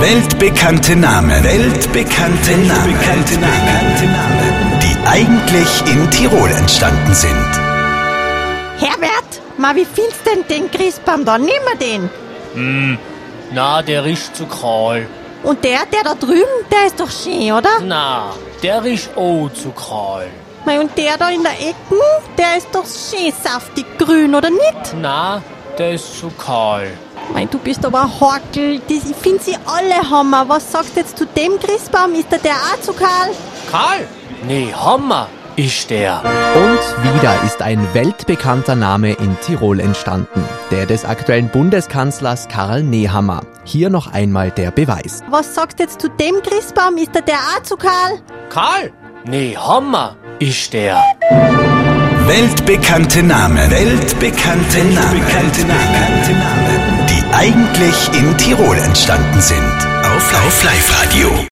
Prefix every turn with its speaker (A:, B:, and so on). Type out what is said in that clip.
A: Weltbekannte Namen. Weltbekannte, Namen. Weltbekannte Namen. Die eigentlich in Tirol entstanden sind.
B: Herbert, ma wie findest denn den Christbaum da? Nimm mir den.
C: Na, der ist zu kahl.
B: Und der, der da drüben, der ist doch schön, oder?
C: Na, der ist auch zu kahl.
B: Mei, und der da in der Ecke, der ist doch schön saftig grün, oder nicht?
C: Na, der ist zu kahl.
B: Mei, du bist aber ein Horkel. Das, ich find sie alle Hammer. Was sagst du jetzt zu dem Christbaum? Ist der der auch zu kahl?
C: Kahl? Nee, Hammer ist der.
D: Und wieder ist ein weltbekannter Name in Tirol entstanden, der des aktuellen Bundeskanzlers Karl Nehammer. Hier noch einmal der Beweis.
B: Was sagst du jetzt zu dem Christbaum? Ist der der auch zu kahl?
C: Kahl? Nee, Hammer ist der.
A: Weltbekannte Namen. Weltbekannte, Namen. Weltbekannte Namen. Die eigentlich in Tirol entstanden sind. Auf Live-Radio.